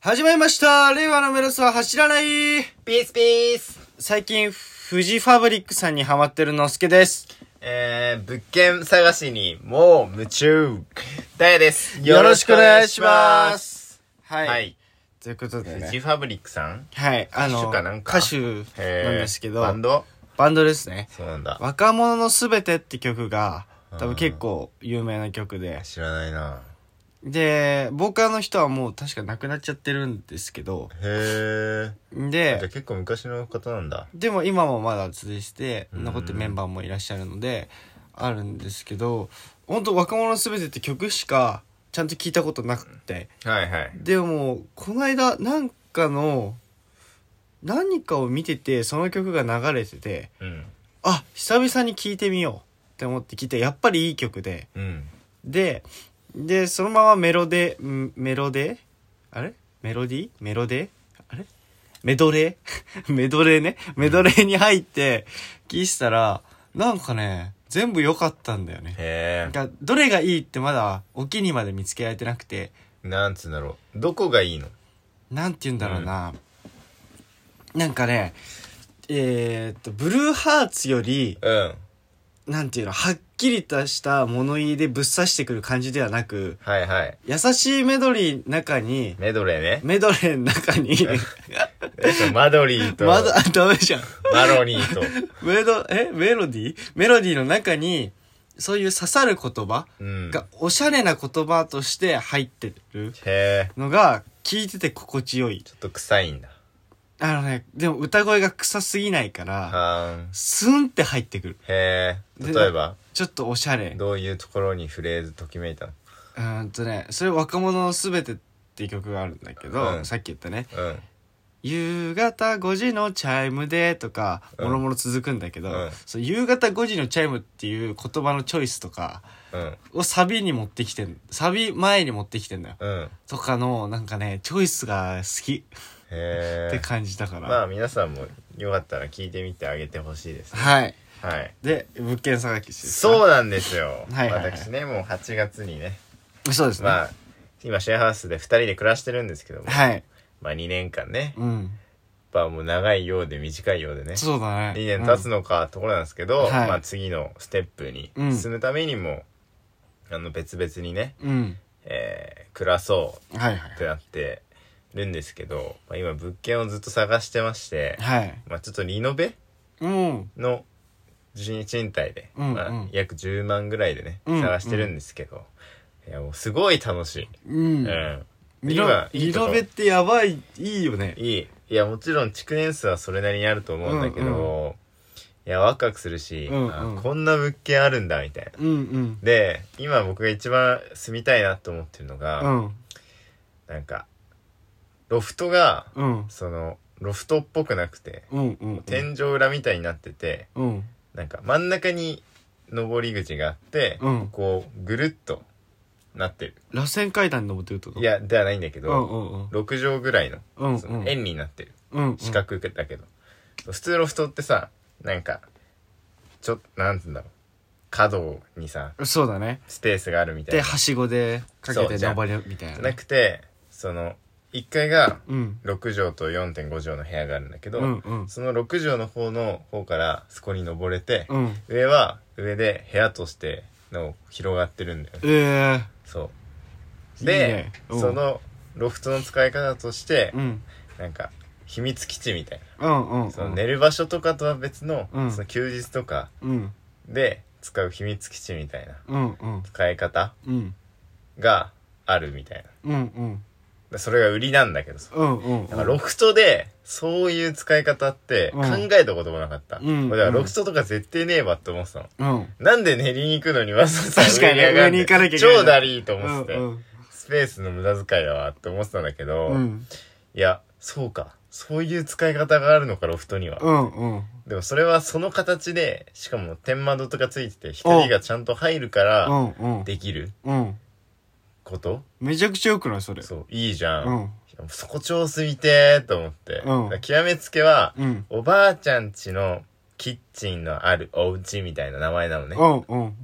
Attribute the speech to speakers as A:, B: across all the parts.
A: 始まりました令和のメロスは走らない
B: ピースピース
A: 最近、フジファブリックさんにハマってるのすけです。
B: えー、物件探しにもう夢中ダイヤです。。
A: よろしくお願いしますはい。
B: はい。
A: ということで
B: フ
A: ね
B: ジ。ファブリックさん
A: はい。あの、
B: 歌手かなんか
A: 歌手なん
B: えー
A: ですけど、
B: バンド
A: バンドですね。
B: そうなんだ。
A: 若者のすべてって曲が、多分結構有名な曲で。
B: 知らないな
A: で、ボーカルの人はもう確か亡くなっちゃってるんですけど、
B: へえ。じゃあ
A: で、
B: 結構昔の方なんだ。
A: でも今もまだ続いて、
B: うん
A: 残ってるメンバーもいらっしゃるので、あるんですけど、本当若者のすべてって曲しか、ちゃんと聞いたことなくて。
B: はいはい。
A: でもこの間なんかの何かを見ててその曲が流れてて
B: うん。
A: あ久々に聴いてみようって思って聴いてやっぱりいい曲で
B: うん。
A: ででそのままメロデんメロデあれメロディメロデあれメドレー メドレーねメドレーに入って聴いてたらなんかね全部良かったんだよね
B: へ
A: だからどれがいいってまだお気にまで見つけられてなくて
B: え。なんつうんだろう。どこがいいの
A: なんて言うんだろうな、なんかねえーっとブルーハーツより
B: うん。
A: なんていうのはっきりとした物言いでぶっ刺してくる感じではなく
B: はいはい。
A: 優しいメドリーの中に
B: メドレーね。
A: メドレーの中に
B: えそうマドリーと、
A: まだあダメじゃん
B: マロ ニーと。
A: メドえメロディーメロディーの中にそういう刺さる言葉
B: うん。
A: がおしゃれな言葉として入ってる
B: へえ。
A: のが聞いてて心地よい
B: ちょっと臭いんだ。
A: あのねでも歌声が臭すぎないから
B: はーん。
A: スンって入ってくる。
B: へえ。
A: で
B: 例えば、
A: ちょっとおしゃれ。
B: どういうところにフレーズときめいたの
A: うーんとね、それ若者のすべてっていう曲があるんだけど、
B: うん
A: さっき言ったね、
B: うん。
A: 夕方5時のチャイムでとか、
B: うん
A: もろもろ続くんだけど、
B: うん
A: そう夕方5時のチャイムっていう言葉のチョイスとか
B: うん。
A: をサビに持ってきてん、サビ前に持ってきてんだよ。
B: うん。
A: とかの、なんかね、チョイスが好き
B: へ
A: って
B: え。
A: 感じだから。
B: まあ皆さんもよかったら聞いてみてあげてほしいですね。
A: はい。
B: はい。
A: で、物件探しですか
B: そうなんですよ。
A: はいはいはい
B: 私ね、もう8月にね、
A: そうですね。
B: まあ、今シェアハウスで2人で暮らしてるんですけども、
A: はい。
B: まあ2年間ね、やっ
A: うん。
B: ぱもう長いようで短いようでね、
A: そうだね。
B: 2年経つのかところなんですけど、
A: うんはい
B: まあ次のステップに進むためにも、あの別々にね、
A: うん。
B: えー暮らそう
A: うん。はいはい
B: っ。てなってるんですけど、まあ、今物件をずっと探してまして、
A: はい。
B: まあ、ちょっとリノベ
A: うん。
B: の人賃貸で、
A: うんうん
B: まあ、約10万ぐらいでね、
A: うん
B: 探してるんですけど、いやもうすごい楽しい、
A: うん
B: う。ん
A: リノ
B: 今いいとこ
A: ベってやばい、いいよね。
B: いいいやもちろん築年数はそれなりにあると思うんだけど、
A: うん
B: いやワクワクするし、
A: うんうん
B: あこんな物件あるんだみたいな
A: うんうん。
B: で今僕が一番住みたいなと思ってるの
A: う
B: が、
A: ん。
B: なんかロフトが
A: うん。
B: そのロフトっぽくなくて
A: うんうん。
B: 天井裏みたいになってて
A: うん。
B: なんか真ん中に上り口があって、
A: うん
B: こうぐるっとなってる
A: 螺旋階段に登ってるってこと
B: い
A: い、
B: やではないんだけ
A: う
B: ど、
A: んうんうん。
B: 6畳ぐらいの,、
A: うん
B: そうの
A: ん。
B: 円になってる
A: うん。
B: 四。角だけど、普通ロフトってさなんかちょっとなんつうんだろう角にさ
A: そうだね。
B: スペースがあるみたい
A: で、
B: な
A: はしごでかけ
B: そ
A: て
B: うじゃん
A: 登るみたい
B: じ
A: なね。
B: ゃなくてその1階が
A: うん。
B: 6畳と4.5畳の部屋があるんだけ
A: う
B: ど、
A: んうん。
B: その6畳の方の方からそこに登れて、
A: うん。
B: 上は上で部屋としての広がってるんだよね
A: ええ
B: そ
A: ー。
B: うで
A: いいねうん
B: そのロフトの使い方として、
A: うん。
B: なんか秘密基地みたい
A: うんうんう。
B: なんその寝る場所とかとは別の,、
A: うん
B: その休日とか
A: うん。
B: で使う秘密基地みたいな
A: うんうん。
B: 使い方
A: うん。
B: があるみたい
A: う
B: な
A: んうん。
B: でそれが売りなんだけどさ
A: うんうん。
B: なんかロフトでそういう使い方って考
A: うん
B: えたこともなかった、
A: うん
B: だから
A: うん
B: ロフトとか絶対ねえわって思ってたの
A: うん。
B: なんで練りに行くのにわざわざ
A: 確かにね
B: 上
A: 上に
B: に
A: 行か
B: 行か
A: な
B: な
A: きゃ
B: き
A: いけ
B: ゃ
A: ない
B: 超だりーと
A: う
B: 思
A: ん
B: ってて、
A: うん。
B: スペースの無駄遣いだわって思ってたんだけど、
A: うん
B: いやそうかそういう使い方があるのかロフトには、
A: うんうん。
B: でもそれはその形でしかも天窓とかついてて光がちゃんと入るから
A: うんうん。
B: できる
A: うん。
B: こと
A: めちゃくちゃよくないそれ。
B: そういいじゃん、
A: う
B: い
A: ん。
B: やそこ超すみてーと思って、
A: ん
B: だから極めつけは、
A: うん。
B: おばあちゃんちのキッチンのあるお家みたいな名前なのね、
A: うんうん。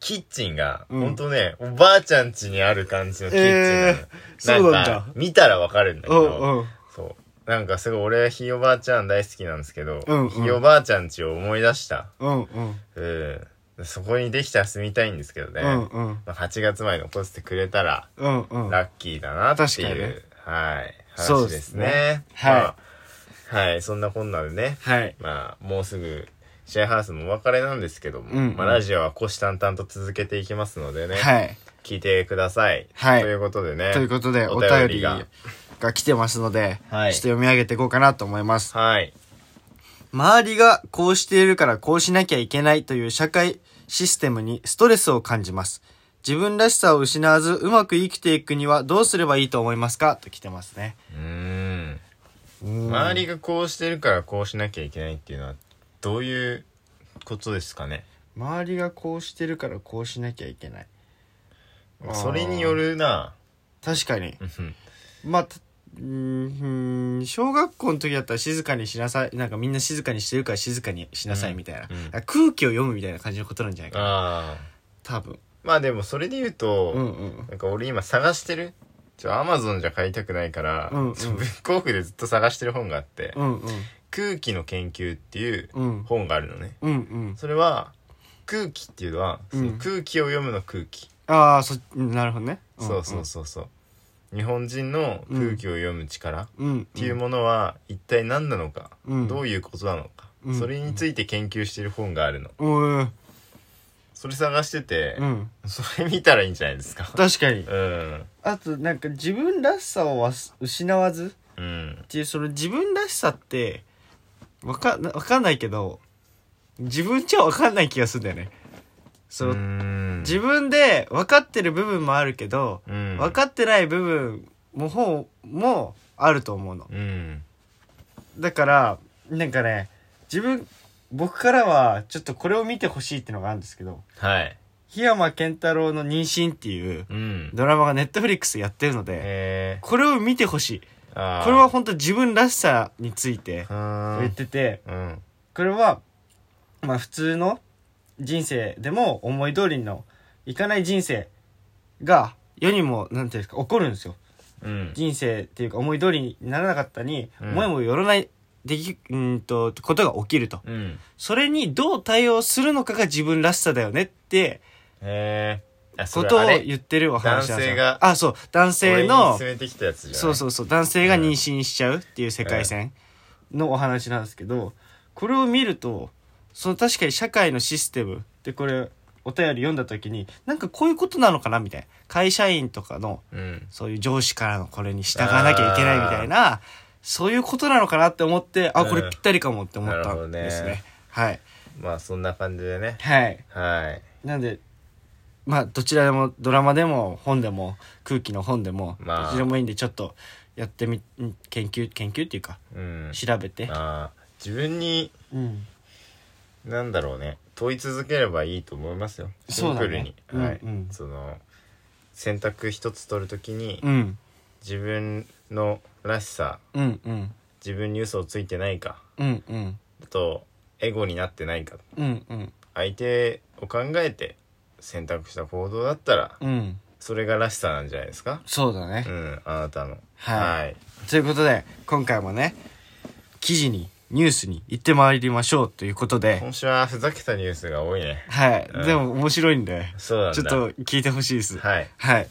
B: キッチンが、
A: うん
B: ほんとね、おばあちゃん家にある感じのキッチンなの
A: えーそうなんだ
B: か、見たらわかるんだけ
A: うん
B: ど、
A: うん。
B: そう。なんかすごい俺、ひいおばあちゃん大好きなんですけど、
A: うんうん
B: ひいおばあちゃん家を思い出した。
A: うんうん。
B: うん。そこにできたら住みたいんですけどね。
A: うんうん。
B: まあ8月前に起こしてくれたら、
A: うんうん。
B: ラッキーだなってい
A: 確かに
B: う
A: ね、
B: はい、
A: そ
B: 話
A: う
B: で
A: ですす
B: ね
A: ね。
B: まあはい、そんなこんなでね、
A: はい。
B: まあ、もうすぐ、シェアハウスもお別れなんですけども、
A: うんうん
B: まあ、ラジオは虎視眈々と続けていきますのでね、
A: はい。
B: 聞いてください。
A: はい
B: ということでね。
A: ということで、お
B: お
A: 便
B: 便
A: り
B: り
A: が
B: が
A: 来てますので、
B: はい
A: ちょっと読み上げていこうかなと思います。
B: はい。
A: 周りがこうしているからこうしなきゃいけないという社会システムにストレスを感じます。自分らしさを失わずうまく生きていくにはどうすればいいと思いますかと来てますね。
B: うーん。
A: 周
B: 周りがこうしてるからこうしなきゃいけないっていうのは、どういうことですかね。
A: 周りがこうしてるからこうしなきゃいけない。あー
B: それによるな。
A: 確かに。
B: うん
A: まあ、たうーん小学校の時だったら静かにしなさい。なんかみんな静かにしてるから静かにしなさいみたいな。
B: うんうん
A: 空気を読むみたいな感じのことなんじゃないかな。
B: ああ。
A: 多分。
B: まあでもそれで言うと、
A: うんうん。
B: なんか俺今探してる。ちょ、アマゾンじゃ買いたくないから、
A: うんうん
B: ちょブックオフでずっと探してる本があって、
A: うんうん。
B: 空気の研究っていう
A: うん
B: 本があるのね。
A: うんうん。
B: それは、空気っていうのは、
A: うん
B: その空気を読むの空気。
A: ああ、そ、なるほどね。んん
B: そうそうそうそう。日本人の空気を読む力っ
A: うん。って
B: いうものは一体何なのか、
A: うん
B: どういうことなのか、
A: うん
B: それについて研究してる本があるの。
A: うん。うん。
B: それ探してて、
A: うん。
B: それ見たらいいんじゃないです か。
A: 確かに。
B: うん。
A: あと、なんか自分らしさをわす失わずっ
B: うん。
A: ていう、その自分らしさって、わか、わかんないけど、自分じゃわかんない気がするんだよね。その、
B: 自
A: 自分で分かってる部分もあるけど、
B: 分
A: 分かってない部分も方もあると思うの。
B: うん。
A: だから、なんかね、自分、僕からはちょっとこれを見てほしいってのがあるんですけど、
B: はい。
A: 檜山健太郎の妊娠っていう
B: うん。
A: ドラマがネットフリックスやってるので、
B: え
A: これを見てほしい。
B: ー、あー
A: これは、本当自分らしさについて言ってて、
B: うん。うん。
A: これは、まあ普通の人生でも思い通りのいかない人生が世にも、なんていうんですか、起こるんですよ。
B: うん。
A: 人生っていうか思い通りにならなかったに、
B: うん
A: 思いもよらない、でき、うーんと、ことが起きると。
B: うん。
A: それにどう対応するのかが自分らしさだよねって
B: えー、あ、そ
A: こ
B: れ
A: とを
B: あれ
A: 言ってるお話なんですよ
B: 男性が
A: あ、そう。男性の、
B: 俺に勧めてきたやつじゃない
A: そうそうそう。男性が妊娠しちゃうっていう世界線のお話なんですけど、これを見ると、その確かに社会のシステムでこれ、お便り読んだ時に、なんかこういうことなのかなみたいな。会社員とかの、
B: う。うん。
A: そういう上司からのこれに従わなきゃいけないみたいな、そういうことなのかなって思って、あ、こ
B: うん
A: れぴったりかもって思ったん
B: なる
A: で
B: ほ
A: す
B: ど
A: ね。
B: ね
A: はい。
B: まあ、そんな感じでね。
A: はい。
B: はい。
A: なんで、まあ、どちらでも、ドラマでも、本でも、空気の本でも、
B: まあ
A: どちらもいいんで、ちょっと、やってみ、ん研究、研究っていうか、
B: うん。
A: 調べて。
B: あー自分に、
A: うん。
B: なんだろうね、問い続ければいいと思いますよ。シ
A: そう
B: ン
A: だ
B: プ
A: ね
B: ルに。
A: うん
B: はい、
A: うん
B: その、選択一つ取るときに、
A: うん。
B: 自分のらしさ、
A: うん、うん。
B: 自分に嘘をついてないか、
A: うん、うん。
B: あと、エゴになってないか、
A: うん、うん。
B: 相手を考えて選択した行動だったら
A: うん。
B: それがらしさなんじゃないですか
A: そうだね
B: う。んあなたの
A: はい
B: い
A: ということで、今回もね、記事に、ニュースに行ってまいりましょうということで、
B: 今週はふざけたニュースが多いね
A: はい。
B: うん
A: でも、面白いんで、
B: そうなんだ
A: ちょっと聞いてほしいです。
B: はい
A: はい。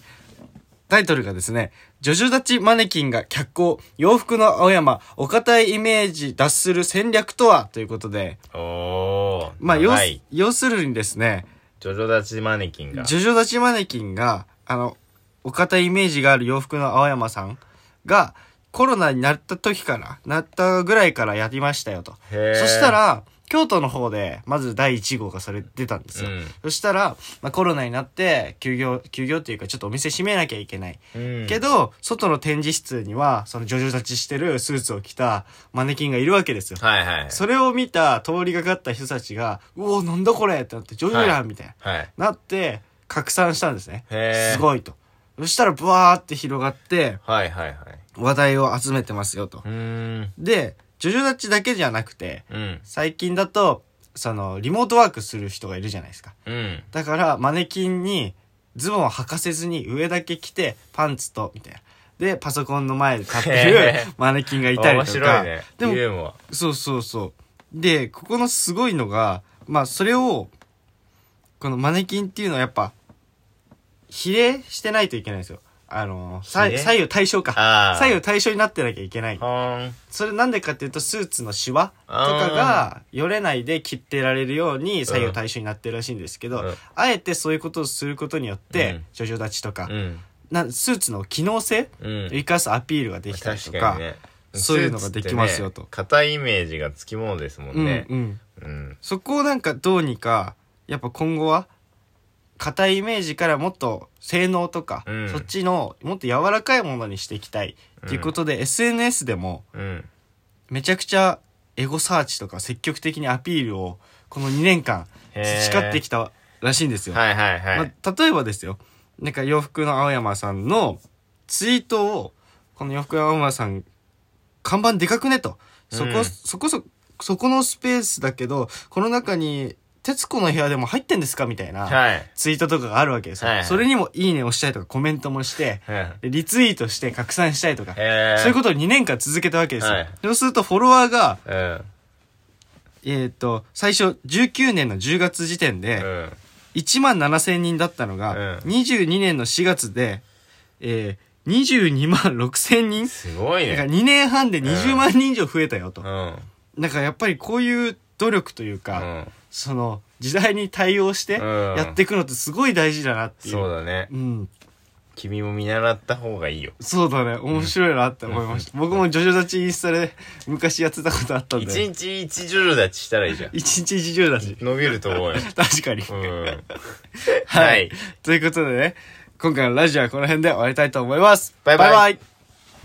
A: タイトルがですね、ジョジョ立ちマネキンが脚光、洋服の青山、お堅いイメージ脱する戦略とはということで、
B: おお
A: まあ、要す
B: はい
A: 要するにですね、
B: ジョジョ立ちマネキンが
A: ジョジョ立ちマネキンが、あの、お堅いイメージがある洋服の青山さんが、コロナになった時から、なったぐらいからやりましたよと。
B: へー
A: そしたら、京都の方で、まず第1号がそれ出たんですよ。
B: うん
A: そしたら、まあ、コロナになって、休業、休業っていうか、ちょっとお店閉めなきゃいけない。
B: うん
A: けど、外の展示室には、そのジョジョ立ちしてるスーツを着たマネキンがいるわけですよ。
B: はいはい
A: それを見た通りがかった人たちが、うお、なんだこれってなって、ジョジョやんみたいな。
B: はい
A: なって、拡散したんですね。
B: へー
A: すごいと。そしたら、ブワーって広がって、
B: はいはいはい
A: 話題を集めてますよと
B: う。ーん
A: で、ジョジョ立ちだけじゃなくて、
B: うん
A: 最近だと、その、リモートワークする人がいるじゃないですか。
B: うん。
A: だから、マネキンに、ズボンを履かせずに上だけ着て、パンツと、みたいな。で、パソコンの前で立ってる
B: へえ
A: マネキンがいたり
B: 面
A: とか。
B: 白いね。
A: でも
B: ユーモア。
A: そうそうそう。で、ここのすごいのが、まあ、それを、このマネキンっていうのはやっぱ、比例してないといけないんですよ。あの、さ
B: 比例
A: 左右対称か。
B: ああ。
A: 左右対称になってなきゃいけない。
B: はーん。
A: それなんでかっていうと、スーツのシワとかが、よれないで切ってられるように左右対称になってるらしいんですけど、
B: うん
A: あえてそういうことをすることによっ
B: う
A: て
B: ん、
A: ジョジョ立ちとか、
B: うん。
A: なスーツの機能性
B: うん。
A: 生かすアピールができたりと
B: 確
A: か、
B: かにね。
A: そういうのができますよと
B: スーツってね硬いイメージがつきものですもんね。
A: うんうん。
B: うん。
A: そこをなんかどうにか、やっぱ今後は、硬いイメージからもっと性能とか、
B: うん
A: そっちのもっと柔らかいものにしていきたいっていうことで、SNS でも
B: うん。
A: めちゃくちゃエゴサーチとか積極的にアピールをこの2年間
B: へー
A: 培ってきたらしいんですよ。
B: はいはいはい。
A: まあ例えばですよ、なんか洋服の青山さんのツイートを、この洋服の青山さん、看板でかくねと。そこ、
B: うん
A: そこそ、そこのスペースだけど、この中に、徹子の部屋でも入ってんですかみたいな、
B: はい。
A: ツイートとかがあるわけですよ。
B: はいはい
A: それにもいいねをしたりとかコメントもして、
B: うん
A: でリツイートして拡散したりとか、
B: へー
A: そういうことを2年間続けたわけですよ。
B: はい
A: そうするとフォロワーが、
B: うん。
A: えっ、と、最初19年の10月時点で、
B: うん。
A: 1万7000人だったのが、
B: うん
A: 22年の4月で、えー、22万6000人
B: すごい
A: だから
B: ね。
A: 2年半で20
B: うん
A: 万人以上増えたよと。
B: うん。うん。
A: だからやっぱりこういう努力というか、その時代に対応して
B: うん
A: やっていくのってすごい大事だなっていう。
B: そうだね。
A: うん。
B: 君も見習った方がいいよ。
A: そうだね。面白いなって思いました。僕もジョジョ立ちインスタで昔やってたことあったん
B: 一
A: で。
B: 日一ジョジョ立ちしたらいいじゃん。
A: 一日一中だし。
B: 伸びると思うよ。
A: 確かに。
B: うん。
A: は
B: はいい。
A: ということでね、今回のラジオはこの辺で終わりたいと思います。
B: バイバイ
A: バイバイ